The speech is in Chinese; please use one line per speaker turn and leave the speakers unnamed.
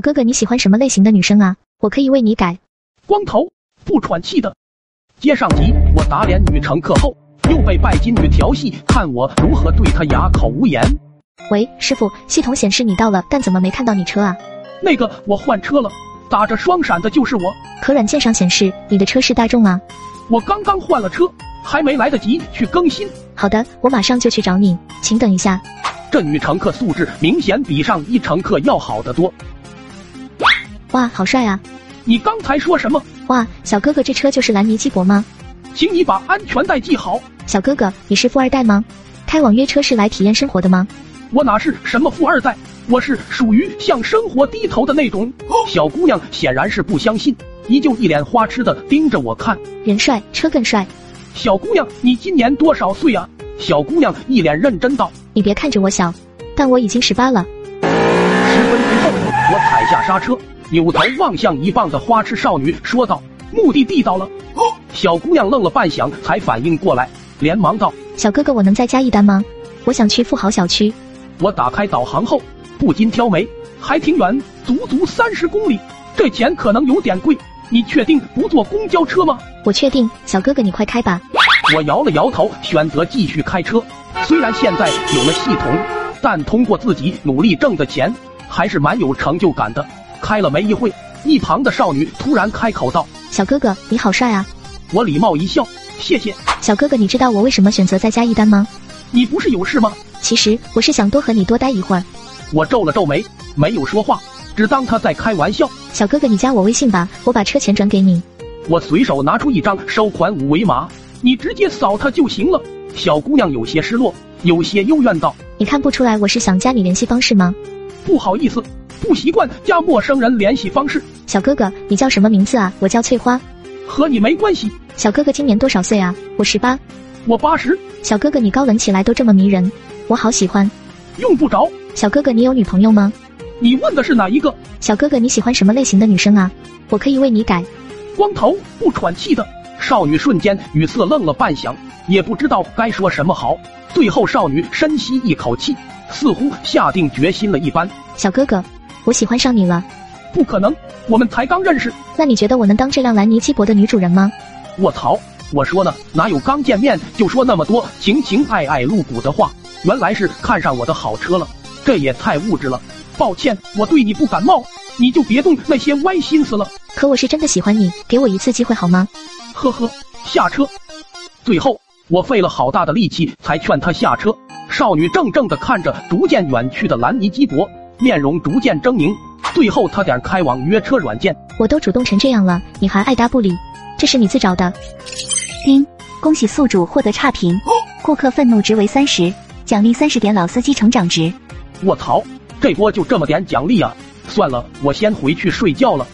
哥哥，你喜欢什么类型的女生啊？我可以为你改。
光头不喘气的。接上集，我打脸女乘客后，又被拜金女调戏，看我如何对她哑口无言。
喂，师傅，系统显示你到了，但怎么没看到你车啊？
那个，我换车了，打着双闪的就是我。
可软件上显示你的车是大众啊。
我刚刚换了车，还没来得及去更新。
好的，我马上就去找你，请等一下。
这女乘客素质明显比上一乘客要好得多。
哇，好帅啊！
你刚才说什么？
哇，小哥哥，这车就是兰尼基博吗？
请你把安全带系好。
小哥哥，你是富二代吗？开网约车是来体验生活的吗？
我哪是什么富二代，我是属于向生活低头的那种。小姑娘显然是不相信，依旧一脸花痴的盯着我看。
人帅，车更帅。
小姑娘，你今年多少岁啊？小姑娘一脸认真道：“
你别看着我小，但我已经十八了。”
十分之后，我踩下刹车。扭头望向一棒的花痴少女，说道：“目的地到了。”小姑娘愣了半晌，才反应过来，连忙道：“
小哥哥，我能再加一单吗？我想去富豪小区。”
我打开导航后，不禁挑眉，还挺远，足足三十公里，这钱可能有点贵。你确定不坐公交车吗？
我确定，小哥哥，你快开吧。
我摇了摇头，选择继续开车。虽然现在有了系统，但通过自己努力挣的钱，还是蛮有成就感的。开了没一会，一旁的少女突然开口道：“
小哥哥，你好帅啊！”
我礼貌一笑：“谢谢。”
小哥哥，你知道我为什么选择再加一单吗？
你不是有事吗？
其实我是想多和你多待一会儿。
我皱了皱眉，没有说话，只当他在开玩笑。
小哥哥，你加我微信吧，我把车钱转给你。
我随手拿出一张收款五维码，你直接扫它就行了。小姑娘有些失落，有些幽怨道：“
你看不出来我是想加你联系方式吗？”
不好意思。不习惯加陌生人联系方式。
小哥哥，你叫什么名字啊？我叫翠花，
和你没关系。
小哥哥今年多少岁啊？我十八，
我八十。
小哥哥，你高冷起来都这么迷人，我好喜欢。
用不着。
小哥哥，你有女朋友吗？
你问的是哪一个？
小哥哥，你喜欢什么类型的女生啊？我可以为你改。
光头不喘气的少女瞬间语塞，愣了半晌，也不知道该说什么好。最后，少女深吸一口气，似乎下定决心了一般。
小哥哥。我喜欢上你了，
不可能，我们才刚认识。
那你觉得我能当这辆兰尼基博的女主人吗？
卧槽，我说呢，哪有刚见面就说那么多情情爱爱露骨的话？原来是看上我的好车了，这也太物质了。抱歉，我对你不感冒，你就别动那些歪心思了。
可我是真的喜欢你，给我一次机会好吗？
呵呵，下车。最后，我费了好大的力气才劝她下车。少女怔怔地看着逐渐远去的兰尼基博。面容逐渐狰狞，最后他点开网约车软件。
我都主动成这样了，你还爱搭不理？这是你自找的。
丁，恭喜宿主获得差评，顾客愤怒值为三十，奖励三十点老司机成长值。
卧槽，这波就这么点奖励啊！算了，我先回去睡觉了。